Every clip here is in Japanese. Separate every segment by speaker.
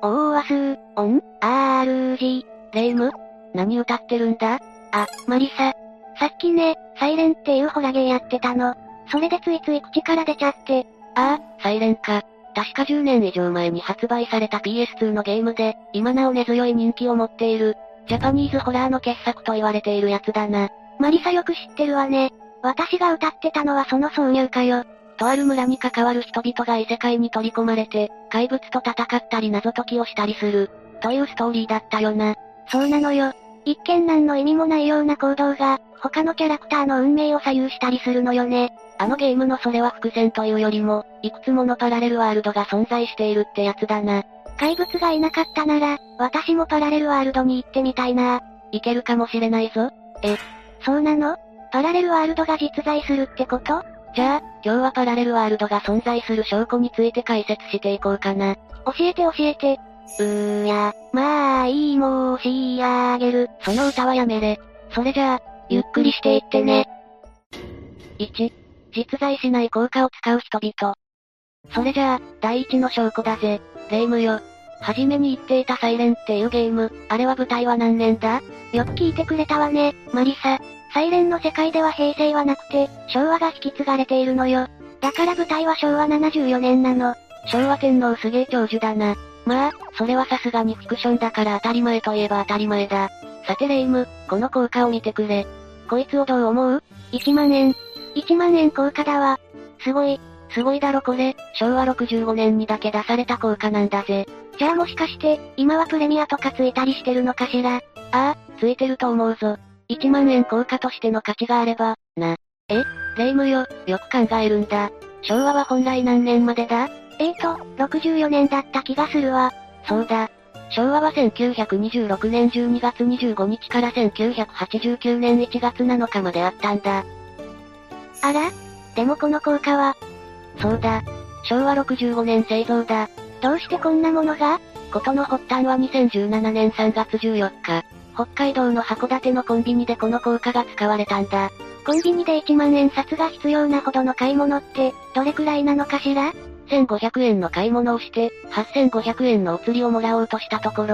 Speaker 1: スー、オン、RG、レイム何歌ってるんだ
Speaker 2: あ、マリサ。さっきね、サイレンっていうホラゲーやってたの。それでついつい口から出ちゃって。
Speaker 1: ああ、サイレンか。確か10年以上前に発売された PS2 のゲームで、今なお根強い人気を持っている、ジャパニーズホラーの傑作と言われているやつだな。
Speaker 2: マリサよく知ってるわね。私が歌ってたのはその挿入歌よ。
Speaker 1: とある村に関わる人々が異世界に取り込まれて、怪物と戦ったり謎解きをしたりする、というストーリーだったよな。
Speaker 2: そうなのよ。一見何の意味もないような行動が、他のキャラクターの運命を左右したりするのよね。
Speaker 1: あのゲームのそれは伏線というよりも、いくつものパラレルワールドが存在しているってやつだな。
Speaker 2: 怪物がいなかったなら、私もパラレルワールドに行ってみたいな。
Speaker 1: いけるかもしれないぞ。
Speaker 2: え、そうなのパラレルワールドが実在するってこと
Speaker 1: じゃあ、今日はパラレルワールドが存在する証拠について解説していこうかな。
Speaker 2: 教えて教えて。
Speaker 1: うーや、まあいい申し上げる。その歌はやめれ。それじゃあ、ゆっくりしていってね。1、実在しない効果を使う人々。それじゃあ、第一の証拠だぜ。霊夢よ。はじめに言っていたサイレンっていうゲーム、あれは舞台は何年だ
Speaker 2: よく聞いてくれたわね、マリサ。サイレンの世界では平成はなくて、昭和が引き継がれているのよ。だから舞台は昭和74年なの。
Speaker 1: 昭和天皇すげえ長寿だな。まあ、それはさすがにフィクションだから当たり前といえば当たり前だ。さてレイム、この効果を見てくれ。こいつをどう思う
Speaker 2: ?1 万円。1万円効果だわ。
Speaker 1: すごい。すごいだろこれ、昭和65年にだけ出された効果なんだぜ。
Speaker 2: じゃあもしかして、今はプレミアとかついたりしてるのかしらあ
Speaker 1: あ、ついてると思うぞ。1万円効果としての価値があれば、な。え霊夢よ、よく考えるんだ。昭和は本来何年までだ
Speaker 2: えーと、64年だった気がするわ。
Speaker 1: そうだ。昭和は1926年12月25日から1989年1月7日まであったんだ。
Speaker 2: あらでもこの効果は。
Speaker 1: そうだ。昭和65年製造だ。
Speaker 2: どうしてこんなものが
Speaker 1: ことの発端は2017年3月14日、北海道の函館のコンビニでこの効果が使われたんだ。
Speaker 2: コンビニで1万円札が必要なほどの買い物って、どれくらいなのかしら
Speaker 1: 1500円の買い物をして、8500円のお釣りをもらおうとしたところ、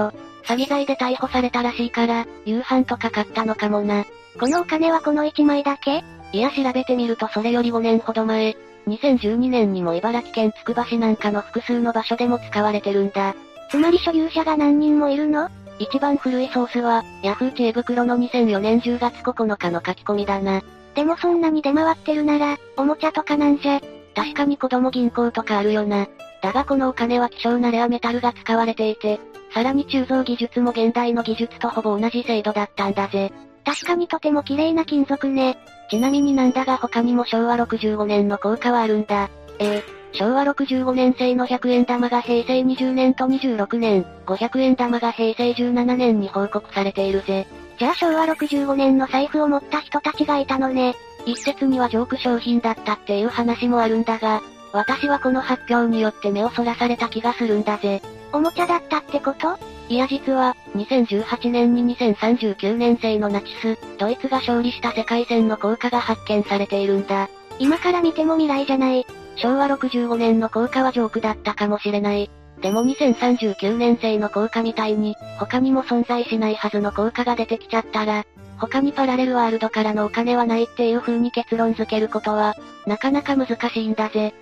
Speaker 1: 詐欺罪で逮捕されたらしいから、夕飯とか買ったのかもな。
Speaker 2: このお金はこの1枚だけ
Speaker 1: いや調べてみるとそれより5年ほど前、2012年にも茨城県つくば市なんかの複数の場所でも使われてるんだ。
Speaker 2: つまり所有者が何人もいるの
Speaker 1: 一番古いソースは、ヤフー知恵袋の2004年10月9日の書き込みだな。
Speaker 2: でもそんなに出回ってるなら、おもちゃとかなんじゃ。
Speaker 1: 確かに子供銀行とかあるよな。だがこのお金は希少なレアメタルが使われていて、さらに鋳造技術も現代の技術とほぼ同じ精度だったんだぜ。
Speaker 2: 確かにとても綺麗な金属ね。
Speaker 1: ちなみになんだが他にも昭和65年の効果はあるんだ。ええ昭和65年製の100円玉が平成20年と26年、500円玉が平成17年に報告されているぜ。
Speaker 2: じゃあ昭和65年の財布を持った人たちがいたのね。
Speaker 1: 一説にはジョーク商品だったっていう話もあるんだが、私はこの発表によって目をそらされた気がするんだぜ。
Speaker 2: おもちゃだったってこと
Speaker 1: いや実は、2018年に2039年製のナチス、ドイツが勝利した世界戦の効果が発見されているんだ。
Speaker 2: 今から見ても未来じゃない。
Speaker 1: 昭和65年の効果はジョークだったかもしれない。でも2039年製の効果みたいに、他にも存在しないはずの効果が出てきちゃったら、他にパラレルワールドからのお金はないっていう風に結論付けることは、なかなか難しいんだぜ。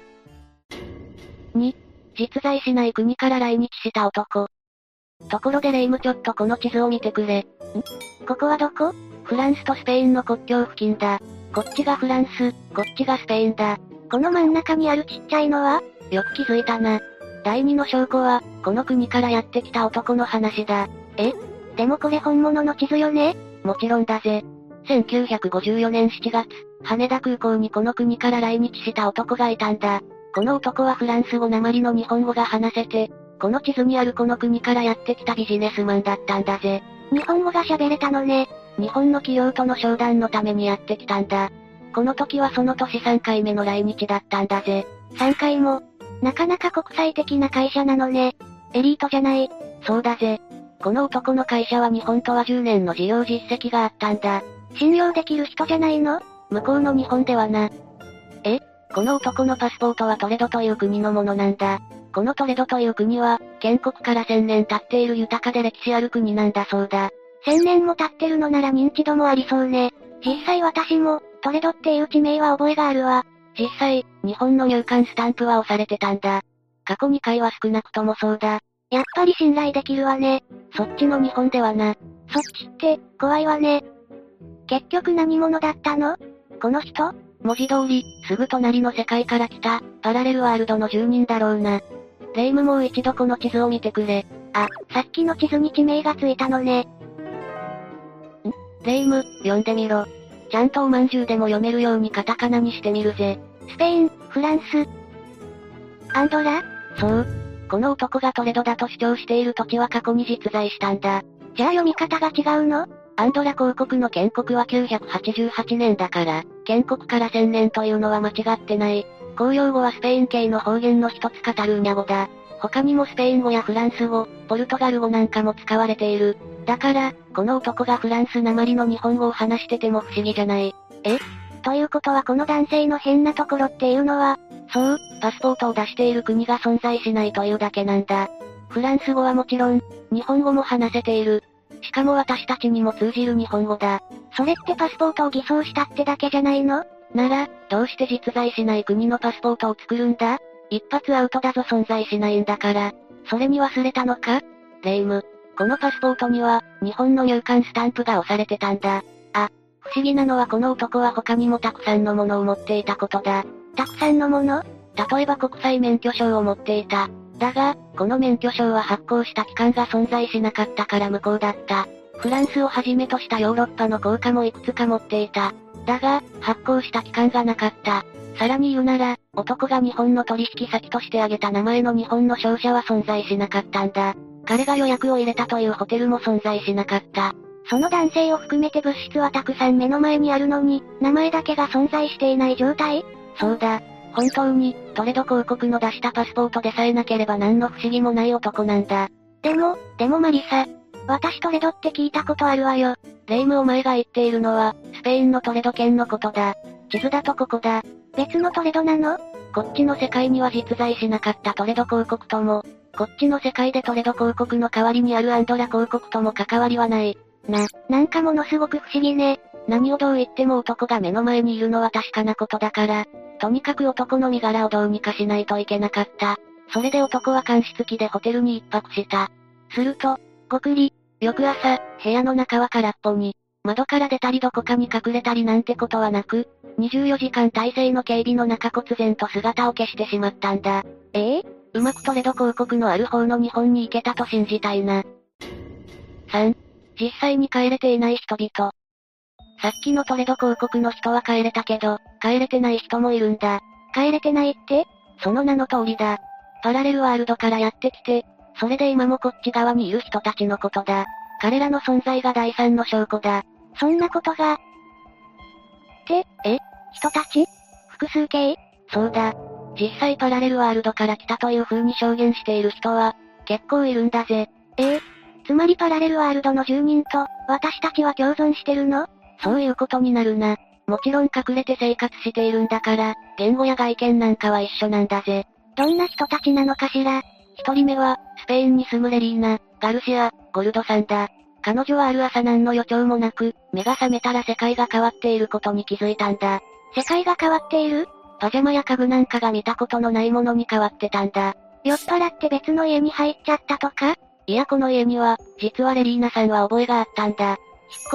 Speaker 1: 2、実在しない国から来日した男。ところでレイムちょっとこの地図を見てくれ。ん
Speaker 2: ここはどこ
Speaker 1: フランスとスペインの国境付近だ。こっちがフランス、こっちがスペインだ。
Speaker 2: この真ん中にあるちっちゃいのは
Speaker 1: よく気づいたな。第二の証拠は、この国からやってきた男の話だ。
Speaker 2: えでもこれ本物の地図よね
Speaker 1: もちろんだぜ。1954年7月、羽田空港にこの国から来日した男がいたんだ。この男はフランス語なまりの日本語が話せて、この地図にあるこの国からやってきたビジネスマンだったんだぜ。
Speaker 2: 日本語が喋れたのね。
Speaker 1: 日本の企業との商談のためにやってきたんだ。この時はその年3回目の来日だったんだぜ。
Speaker 2: 3回も。なかなか国際的な会社なのね。エリートじゃない。
Speaker 1: そうだぜ。この男の会社は日本とは10年の事業実績があったんだ。
Speaker 2: 信用できる人じゃないの
Speaker 1: 向こうの日本ではな。えこの男のパスポートはトレドという国のものなんだ。このトレドという国は、建国から1000年経っている豊かで歴史ある国なんだそうだ。
Speaker 2: 千年も経ってるのなら認知度もありそうね。実際私も、トレドっていう地名は覚えがあるわ。
Speaker 1: 実際、日本の入管スタンプは押されてたんだ。過去2回は少なくともそうだ。
Speaker 2: やっぱり信頼できるわね。
Speaker 1: そっちの日本ではな。
Speaker 2: そっちって、怖いわね。結局何者だったのこの人
Speaker 1: 文字通り、すぐ隣の世界から来た、パラレルワールドの住人だろうな。レイムもう一度この地図を見てくれ。
Speaker 2: あ、さっきの地図に地名がついたのね。
Speaker 1: んレイム、読んでみろ。ちゃんとおまんじゅうでも読めるようにカタカナにしてみるぜ。
Speaker 2: スペイン、フランス、アンドラ
Speaker 1: そう。この男がトレドだと主張している土地は過去に実在したんだ。
Speaker 2: じゃあ読み方が違うの
Speaker 1: アンドラ公国の建国は988年だから、建国から1000年というのは間違ってない。公用語はスペイン系の方言の一つカタルーニャ語だ。他にもスペイン語やフランス語、ポルトガル語なんかも使われている。だから、この男がフランスなまりの日本語を話してても不思議じゃない。
Speaker 2: えということはこの男性の変なところっていうのは、
Speaker 1: そう、パスポートを出している国が存在しないというだけなんだ。フランス語はもちろん、日本語も話せている。しかも私たちにも通じる日本語だ。
Speaker 2: それってパスポートを偽装したってだけじゃないの
Speaker 1: なら、どうして実在しない国のパスポートを作るんだ一発アウトだぞ存在しないんだから。それに忘れたのかレイム。このパスポートには、日本の入管スタンプが押されてたんだ。あ、不思議なのはこの男は他にもたくさんのものを持っていたことだ。
Speaker 2: たくさんのもの
Speaker 1: 例えば国際免許証を持っていた。だが、この免許証は発行した期間が存在しなかったから無効だった。フランスをはじめとしたヨーロッパの効果もいくつか持っていた。だが、発行した期間がなかった。さらに言うなら、男が日本の取引先として挙げた名前の日本の商社は存在しなかったんだ。彼が予約を入れたというホテルも存在しなかった。
Speaker 2: その男性を含めて物質はたくさん目の前にあるのに、名前だけが存在していない状態
Speaker 1: そうだ。本当に、トレド広告の出したパスポートでさえなければ何の不思議もない男なんだ。
Speaker 2: でも、でもマリサ。私トレドって聞いたことあるわよ。
Speaker 1: レイムお前が言っているのは、スペインのトレド県のことだ。地図だとここだ。
Speaker 2: 別のトレドなの
Speaker 1: こっちの世界には実在しなかったトレド広告とも、こっちの世界でトレド広告の代わりにあるアンドラ広告とも関わりはない。
Speaker 2: な、なんかものすごく不思議ね。
Speaker 1: 何をどう言っても男が目の前にいるのは確かなことだから、とにかく男の身柄をどうにかしないといけなかった。それで男は監視付きでホテルに一泊した。すると、ごくり、翌朝、部屋の中は空っぽに、窓から出たりどこかに隠れたりなんてことはなく、24時間体制の警備の中忽然と姿を消してしまったんだ。
Speaker 2: ええー、
Speaker 1: うまくトレド広告のある方の日本に行けたと信じたいな。3、実際に帰れていない人々。さっきのトレド広告の人は帰れたけど、帰れてない人もいるんだ。
Speaker 2: 帰れてないって
Speaker 1: その名の通りだ。パラレルワールドからやってきて、それで今もこっち側にいる人たちのことだ。彼らの存在が第三の証拠だ。
Speaker 2: そんなことが。って、
Speaker 1: え
Speaker 2: 人たち複数形
Speaker 1: そうだ。実際パラレルワールドから来たという風に証言している人は、結構いるんだぜ。
Speaker 2: ええつまりパラレルワールドの住人と、私たちは共存してるの
Speaker 1: そういうことになるな。もちろん隠れて生活しているんだから、言語や外見なんかは一緒なんだぜ。
Speaker 2: どんな人たちなのかしら
Speaker 1: 一人目は、スペインに住むレリーナ、ガルシア、ゴルドさんだ。彼女はある朝何の予兆もなく、目が覚めたら世界が変わっていることに気づいたんだ。
Speaker 2: 世界が変わっている
Speaker 1: パジャマや家具なんかが見たことのないものに変わってたんだ。
Speaker 2: 酔っ払って別の家に入っちゃったとか
Speaker 1: いやこの家には、実はレリーナさんは覚えがあったんだ。引っ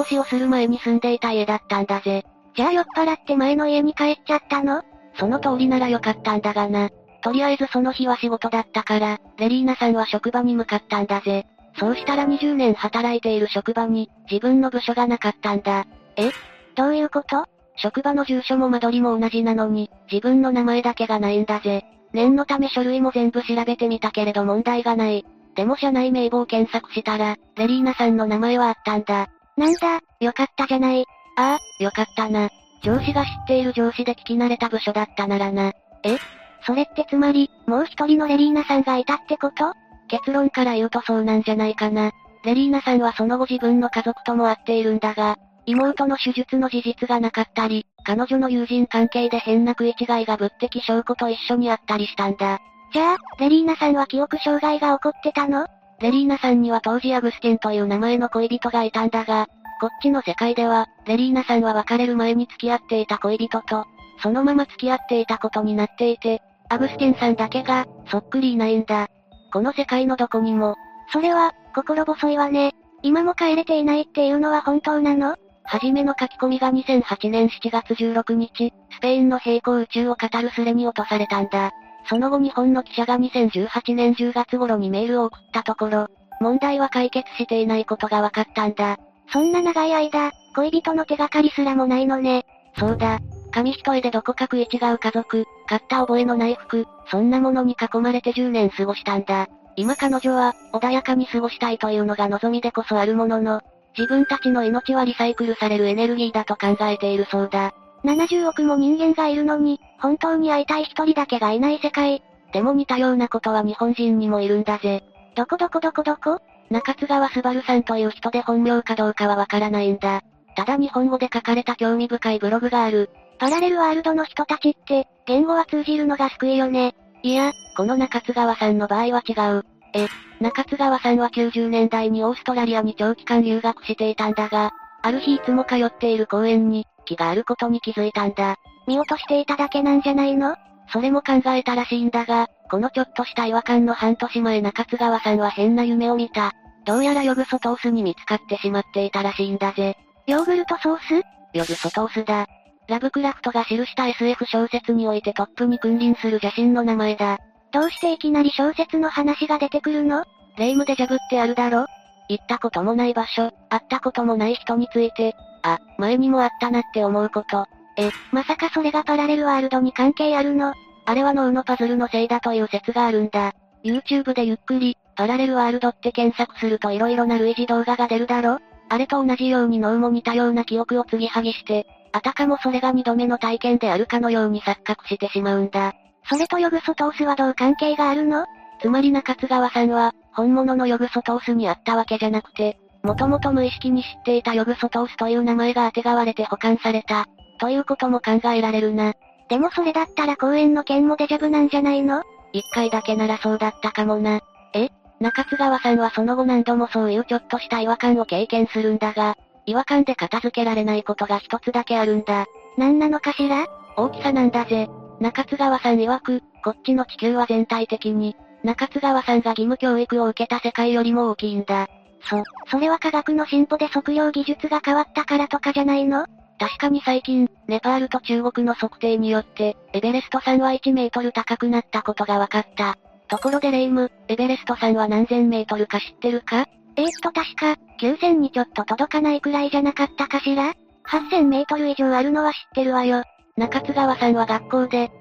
Speaker 1: 越しをする前に住んでいた家だったんだぜ。
Speaker 2: じゃあ酔っ払って前の家に帰っちゃったの
Speaker 1: その通りならよかったんだがな。とりあえずその日は仕事だったから、レリーナさんは職場に向かったんだぜ。そうしたら20年働いている職場に、自分の部署がなかったんだ。
Speaker 2: えどういうこと
Speaker 1: 職場の住所も間取りも同じなのに、自分の名前だけがないんだぜ。念のため書類も全部調べてみたけれど問題がない。でも社内名簿を検索したら、レリーナさんの名前はあったんだ。
Speaker 2: なんだ、よかったじゃない。
Speaker 1: ああ、よかったな。上司が知っている上司で聞き慣れた部署だったならな。
Speaker 2: えそれってつまり、もう一人のレリーナさんがいたってこと
Speaker 1: 結論から言うとそうなんじゃないかな。レリーナさんはその後自分の家族とも会っているんだが、妹の手術の事実がなかったり、彼女の友人関係で変な食い違いが物的証拠と一緒にあったりしたんだ。
Speaker 2: じゃあ、レリーナさんは記憶障害が起こってたの
Speaker 1: レリーナさんには当時アグスティンという名前の恋人がいたんだが、こっちの世界では、レリーナさんは別れる前に付き合っていた恋人と、そのまま付き合っていたことになっていて、アグスティンさんだけが、そっくりいないんだ。この世界のどこにも、
Speaker 2: それは、心細いわね。今も帰れていないっていうのは本当なの
Speaker 1: はじめの書き込みが2008年7月16日、スペインの平行宇宙を語るスレに落とされたんだ。その後日本の記者が2018年10月頃にメールを送ったところ、問題は解決していないことが分かったんだ。
Speaker 2: そんな長い間、恋人の手がかりすらもないのね。
Speaker 1: そうだ。紙一重でどこか食い違う家族、買った覚えのない服、そんなものに囲まれて10年過ごしたんだ。今彼女は、穏やかに過ごしたいというのが望みでこそあるものの、自分たちの命はリサイクルされるエネルギーだと考えているそうだ。
Speaker 2: 70億も人間がいるのに、本当に会いたい一人だけがいない世界。
Speaker 1: でも似たようなことは日本人にもいるんだぜ。
Speaker 2: どこどこどこどこ
Speaker 1: 中津川すばるさんという人で本名かどうかはわからないんだ。ただ日本語で書かれた興味深いブログがある。
Speaker 2: パラレルワールドの人たちって、言語は通じるのが救いよね。
Speaker 1: いや、この中津川さんの場合は違う。え、中津川さんは90年代にオーストラリアに長期間留学していたんだが、ある日いつも通っている公園に、木があることに気づいたんだ。
Speaker 2: 見落としていただけなんじゃないの
Speaker 1: それも考えたらしいんだが、このちょっとした違和感の半年前中津川さんは変な夢を見た。どうやらヨグソトースに見つかってしまっていたらしいんだぜ。
Speaker 2: ヨーグルトソース
Speaker 1: ヨグソトースだ。ラブクラフトが記した SF 小説においてトップに君臨する邪神の名前だ。
Speaker 2: どうしていきなり小説の話が出てくるの
Speaker 1: 霊夢でジャブってあるだろ行ったこともない場所、会ったこともない人について、あ、前にもあったなって思うこと。
Speaker 2: え、まさかそれがパラレルワールドに関係あるの
Speaker 1: あれは脳のパズルのせいだという説があるんだ。YouTube でゆっくり、パラレルワールドって検索すると色々な類似動画が出るだろあれと同じように脳も似たような記憶を継ぎはぎして、あたかもそれが二度目の体験であるかのように錯覚してしまうんだ。
Speaker 2: それとヨグソトースはどう関係があるの
Speaker 1: つまり中津川さんは、本物のヨグソトースにあったわけじゃなくて、もともと無意識に知っていたヨグソトースという名前が当てがわれて保管された、ということも考えられるな。
Speaker 2: でもそれだったら公園の件もデジャブなんじゃないの
Speaker 1: 一回だけならそうだったかもな。え中津川さんはその後何度もそういうちょっとした違和感を経験するんだが、違和感で片付けられないことが一つだけあるんだ。
Speaker 2: なんなのかしら
Speaker 1: 大きさなんだぜ。中津川さん曰く、こっちの地球は全体的に、中津川さんが義務教育を受けた世界よりも大きいんだ。
Speaker 2: そ、それは科学の進歩で測量技術が変わったからとかじゃないの
Speaker 1: 確かに最近、ネパールと中国の測定によって、エベレスト山は1メートル高くなったことが分かった。ところでレイム、エベレスト山は何千メートルか知ってるか
Speaker 2: えーっと確か、9000にちょっと届かないくらいじゃなかったかしら ?8000 メートル以上あるのは知ってるわよ。
Speaker 1: 中津川さんは学校で、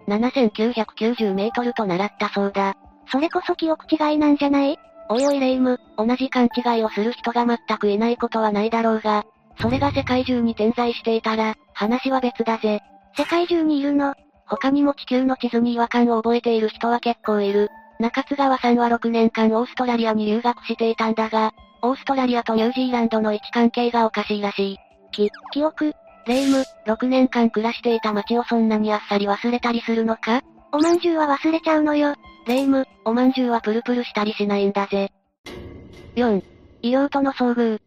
Speaker 1: 7990メートルと習ったそうだ。
Speaker 2: それこそ記憶違いなんじゃない
Speaker 1: おいおいレイム、同じ勘違いをする人が全くいないことはないだろうが、それが世界中に点在していたら、話は別だぜ。
Speaker 2: 世界中にいるの。
Speaker 1: 他にも地球の地図に違和感を覚えている人は結構いる。中津川さんは6年間オーストラリアに留学していたんだが、オーストラリアとニュージーランドの位置関係がおかしいらしい。
Speaker 2: き、記憶。
Speaker 1: レイム、6年間暮らしていた街をそんなにあっさり忘れたりするのか
Speaker 2: おまんじゅうは忘れちゃうのよ。
Speaker 1: レイム、おまんじゅうはプルプルしたりしないんだぜ。4、医療との遭遇。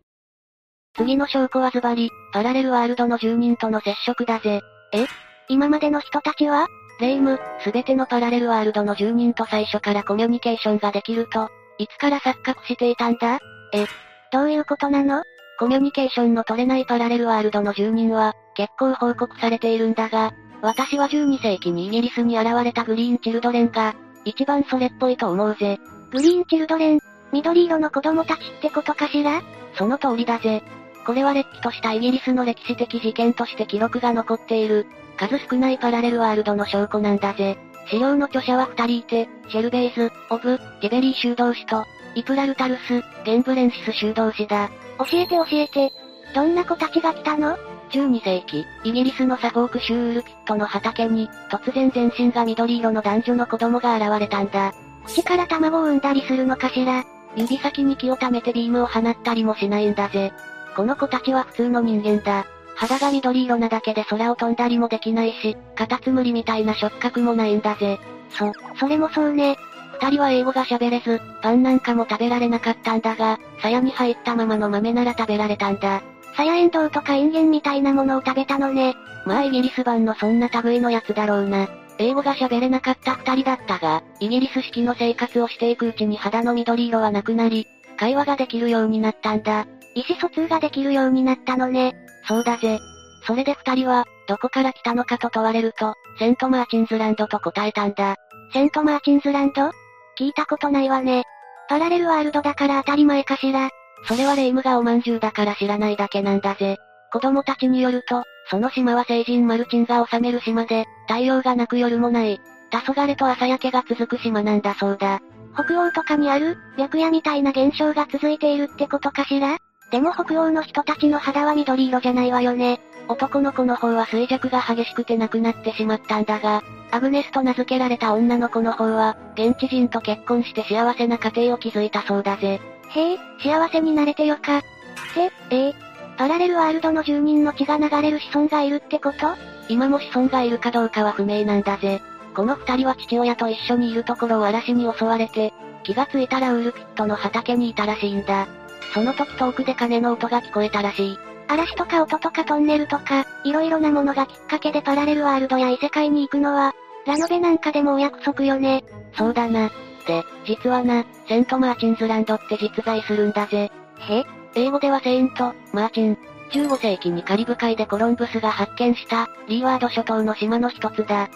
Speaker 1: 次の証拠はズバリ、パラレルワールドの住人との接触だぜ。
Speaker 2: 今までの人たちは
Speaker 1: レイム、すべてのパラレルワールドの住人と最初からコミュニケーションができると、いつから錯覚していたんだ
Speaker 2: どういうことなの
Speaker 1: コミュニケーションの取れないパラレルワールドの住人は、結構報告されているんだが、私は12世紀にイギリスに現れたグリーンチルドレンが、一番それっぽいと思うぜ。
Speaker 2: グリーンチルドレン、緑色の子供たちってことかしら
Speaker 1: その通りだぜ。これはれっきとしたイギリスの歴史的事件として記録が残っている、数少ないパラレルワールドの証拠なんだぜ。資料の著者は二人いて、シェルベイズ、オブ、ジェベリー修道士と、イプラルタルス、ゲンブレンシス修道士だ。
Speaker 2: 教えて教えて。どんな子たちが来たの
Speaker 1: 12世紀、イギリスのサフォーク州ウルキットの畑に、突然全身が緑色の男女の子供が現れたんだ。
Speaker 2: 口から卵を産んだりするのかしら
Speaker 1: 指先に気を溜めてビームを放ったりもしないんだぜ。この子たちは普通の人間だ。肌が緑色なだけで空を飛んだりもできないし、カタツムリみたいな触覚もないんだぜ。
Speaker 2: そ、それもそうね。
Speaker 1: 二人は英語が喋れず、パンなんかも食べられなかったんだが、鞘に入ったままの豆なら食べられたんだ。
Speaker 2: サヤエンドウとかインゲンみたいなものを食べたのね。
Speaker 1: まあイギリス版のそんな類のやつだろうな。英語が喋れなかった二人だったが、イギリス式の生活をしていくうちに肌の緑色はなくなり、会話ができるようになったんだ。
Speaker 2: 意思疎通ができるようになったのね。
Speaker 1: そうだぜ。それで二人は、どこから来たのかと問われると、セントマーチンズランドと答えたんだ。
Speaker 2: セントマーチンズランド聞いたことないわね。パラレルワールドだから当たり前かしら。
Speaker 1: それは霊夢がおまんじゅうだから知らないだけなんだぜ。子供たちによると、その島は聖人マルチンが治める島で、太陽がなく夜もない、黄昏と朝焼けが続く島なんだそうだ。
Speaker 2: 北欧とかにある、白夜みたいな現象が続いているってことかしらでも北欧の人たちの肌は緑色じゃないわよね。
Speaker 1: 男の子の方は衰弱が激しくて亡くなってしまったんだが、アグネスと名付けられた女の子の方は、現地人と結婚して幸せな家庭を築いたそうだぜ。
Speaker 2: へえ、幸せになれてよか。って、ええパラレルワールドの住人の血が流れる子孫がいるってこと
Speaker 1: 今も子孫がいるかどうかは不明なんだぜ。この二人は父親と一緒にいるところを嵐に襲われて、気がついたらウールキットの畑にいたらしいんだ。その時遠くで鐘の音が聞こえたらしい。
Speaker 2: 嵐とか音とかトンネルとか、いろいろなものがきっかけでパラレルワールドや異世界に行くのは、ラノベなんかでもお約束よね。
Speaker 1: そうだな。で、実はな、セントマーチンズランドって実在するんだぜ。
Speaker 2: へ
Speaker 1: 英語ではセイント、マーチン。15世紀にカリブ海でコロンブスが発見した、リーワード諸島の島の一つだ。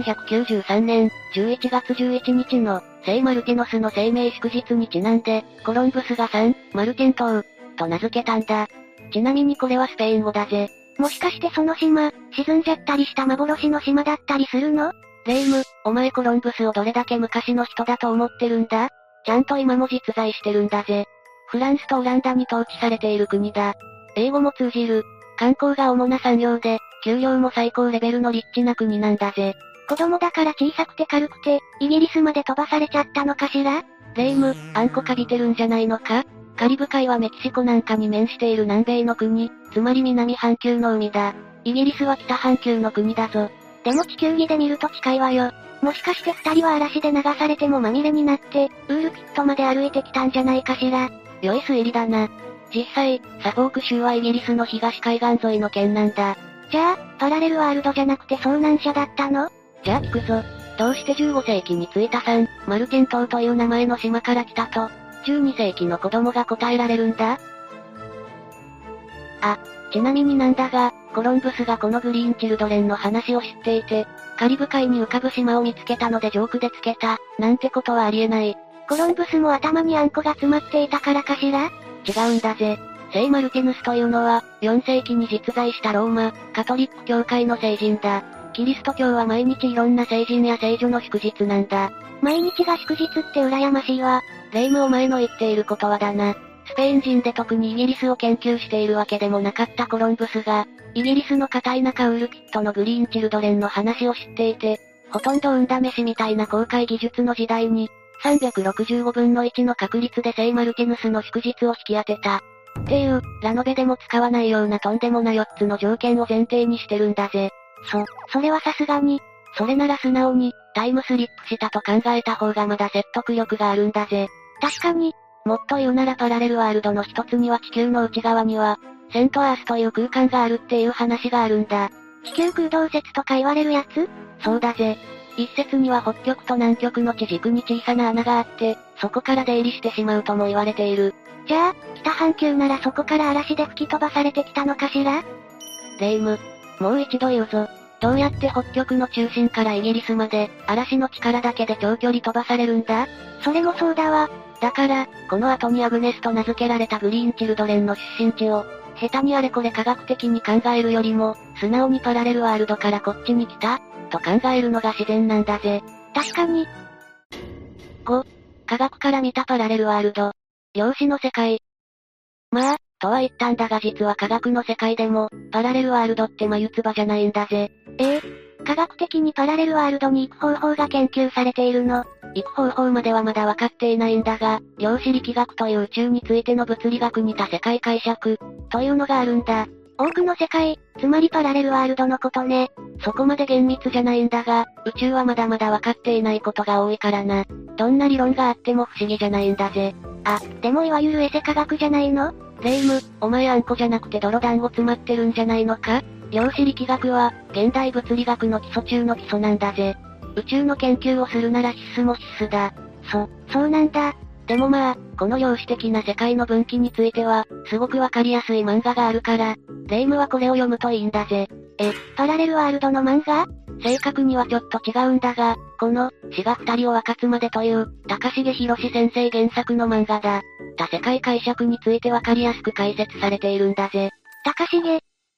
Speaker 1: 1493年、11月11日の、聖マルティノスの生命祝日にちなんで、コロンブスがサン、マルティン島、と名付けたんだ。ちなみにこれはスペイン語だぜ。
Speaker 2: もしかしてその島、沈んじゃったりした幻の島だったりするの
Speaker 1: レイム、お前コロンブスをどれだけ昔の人だと思ってるんだちゃんと今も実在してるんだぜ。フランスとオランダに統治されている国だ。英語も通じる。観光が主な産業で、給料も最高レベルのリッチな国なんだぜ。
Speaker 2: 子供だから小さくて軽くて、イギリスまで飛ばされちゃったのかしら
Speaker 1: レイム、あんこかびてるんじゃないのかカリブ海はメキシコなんかに面している南米の国、つまり南半球の海だ。イギリスは北半球の国だぞ。
Speaker 2: でも地球儀で見ると近いわよ。もしかして二人は嵐で流されてもまみれになって、ウールキットまで歩いてきたんじゃないかしら。
Speaker 1: 良い推理だな。実際、サフォーク州はイギリスの東海岸沿いの県なんだ。
Speaker 2: じゃあ、パラレルワールドじゃなくて遭難者だったの
Speaker 1: じゃあ聞くぞ。どうして15世紀に着いたさん、マルティン島という名前の島から来たと、12世紀の子供が答えられるんだあ、ちなみになんだが、コロンブスがこのグリーンチルドレンの話を知っていて、カリブ海に浮かぶ島を見つけたのでジョークでつけた、なんてことはありえない。
Speaker 2: コロンブスも頭にあんこが詰まっていたからかしら
Speaker 1: 違うんだぜ。聖マルティヌスというのは、4世紀に実在したローマ、カトリック教会の聖人だ。キリスト教は毎日いろんな聖人や聖女の祝日なんだ。
Speaker 2: 毎日が祝日って羨ましいわ。
Speaker 1: レイムお前の言っていることはだな。スペイン人で特にイギリスを研究しているわけでもなかったコロンブスが、イギリスの片田舎ウールキットのグリーンチルドレンの話を知っていて、ほとんど運試しみたいな公開技術の時代に、365分の1の確率で聖マルティヌスの祝日を引き当てた。っていう、ラノベでも使わないようなとんでもない4つの条件を前提にしてるんだぜ。
Speaker 2: そ、それはさすがに、
Speaker 1: それなら素直に、タイムスリップしたと考えた方がまだ説得力があるんだぜ。
Speaker 2: 確かに、
Speaker 1: もっと言うならパラレルワールドの一つには地球の内側には、セントアースという空間があるっていう話があるんだ。
Speaker 2: 地球空洞説とか言われるやつ
Speaker 1: そうだぜ。一説には北極と南極の地軸に小さな穴があって、そこから出入りしてしまうとも言われている。
Speaker 2: じゃあ、北半球ならそこから嵐で吹き飛ばされてきたのかしら
Speaker 1: レイム。もう一度言うぞ。どうやって北極の中心からイギリスまで、嵐の力だけで長距離飛ばされるんだ
Speaker 2: それもそうだわ。
Speaker 1: だから、この後にアグネスと名付けられたグリーンチルドレンの出身地を、下手にあれこれ科学的に考えるよりも、素直にパラレルワールドからこっちに来た、と考えるのが自然なんだぜ。
Speaker 2: 確かに、
Speaker 1: 科学から見たパラレルワールド。量子の世界。まあ、とは言ったんだが実は科学の世界でも、パラレルワールドって眉唾じゃないんだぜ。
Speaker 2: ええ科学的にパラレルワールドに行く方法が研究されているの。
Speaker 1: 行く方法まではまだ分かっていないんだが、量子力学という宇宙についての物理学にた世界解釈、というのがあるんだ。
Speaker 2: 多くの世界、つまりパラレルワールドのことね。
Speaker 1: そこまで厳密じゃないんだが、宇宙はまだまだ分かっていないことが多いからな。どんな理論があっても不思議じゃないんだぜ。
Speaker 2: あ、でもいわゆるエセ科学じゃないの
Speaker 1: 霊夢、お前あんこじゃなくて泥団子詰まってるんじゃないのか量子力学は、現代物理学の基礎中の基礎なんだぜ。宇宙の研究をするなら必須も必須だ。
Speaker 2: そ、そうなんだ。
Speaker 1: でもまあ、この量子的な世界の分岐については、すごくわかりやすい漫画があるから、霊夢はこれを読むといいんだぜ。
Speaker 2: え、パラレルワールドの漫画
Speaker 1: 正確にはちょっと違うんだが、この、死が二人を分かつまでという、高重博士先生原作の漫画だ。他世界解釈についてわかりやすく解説されているんだぜ。
Speaker 2: 高重、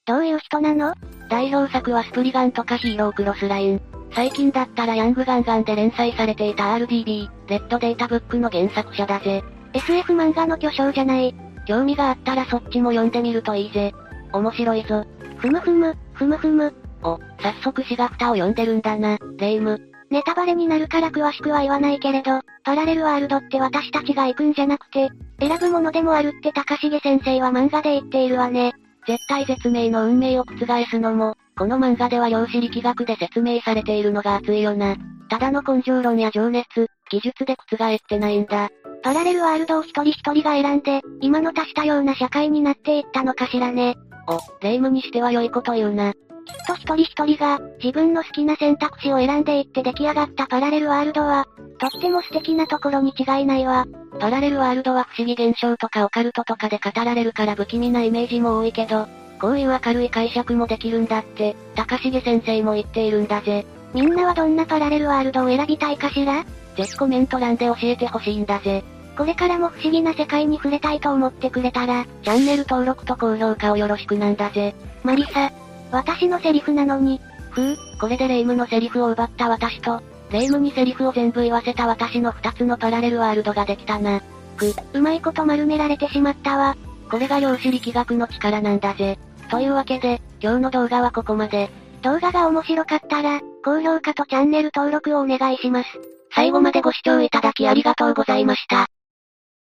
Speaker 2: どういう人なの
Speaker 1: 代表作はスプリガンとかヒーロークロスライン。最近だったらヤングガンガンで連載されていた RDB、レッドデータブックの原作者だぜ。
Speaker 2: SF 漫画の巨匠じゃない。
Speaker 1: 興味があったらそっちも読んでみるといいぜ。面白いぞ。
Speaker 2: ふむふむ、ふむふむ。
Speaker 1: お、早速シガフタを読んでるんだな、レイム。
Speaker 2: ネタバレになるから詳しくは言わないけれど、パラレルワールドって私たちが行くんじゃなくて、選ぶものでもあるって高重先生は漫画で言っているわね。
Speaker 1: 絶体絶命の運命を覆すのも、この漫画では量子力学で説明されているのが熱いよな。ただの根性論や情熱、技術で覆ってないんだ。
Speaker 2: パラレルワールドを一人一人が選んで、今の足したような社会になっていったのかしらね。
Speaker 1: お、霊夢にしては良いこと言うな。
Speaker 2: きっと一人一人が、自分の好きな選択肢を選んでいって出来上がったパラレルワールドは、とっても素敵なところに違いないわ。
Speaker 1: パラレルワールドは不思議現象とかオカルトとかで語られるから不気味なイメージも多いけど、こういう明るい解釈もできるんだって、高重先生も言っているんだぜ。
Speaker 2: みんなはどんなパラレルワールドを選びたいかしら
Speaker 1: ぜひコメント欄で教えてほしいんだぜ。
Speaker 2: これからも不思議な世界に触れたいと思ってくれたら、
Speaker 1: チャンネル登録と高評価をよろしくなんだぜ。
Speaker 2: マリサ、私のセリフなのに。
Speaker 1: ふう、これで霊夢のセリフを奪った私と、霊夢にセリフを全部言わせた私の二つのパラレルワールドができたな。
Speaker 2: く、うまいこと丸められてしまったわ。
Speaker 1: これが量子力学の力なんだぜ。というわけで、今日の動画はここまで。
Speaker 2: 動画が面白かったら、高評価とチャンネル登録をお願いします。
Speaker 1: 最後までご視聴いただきありがとうございました。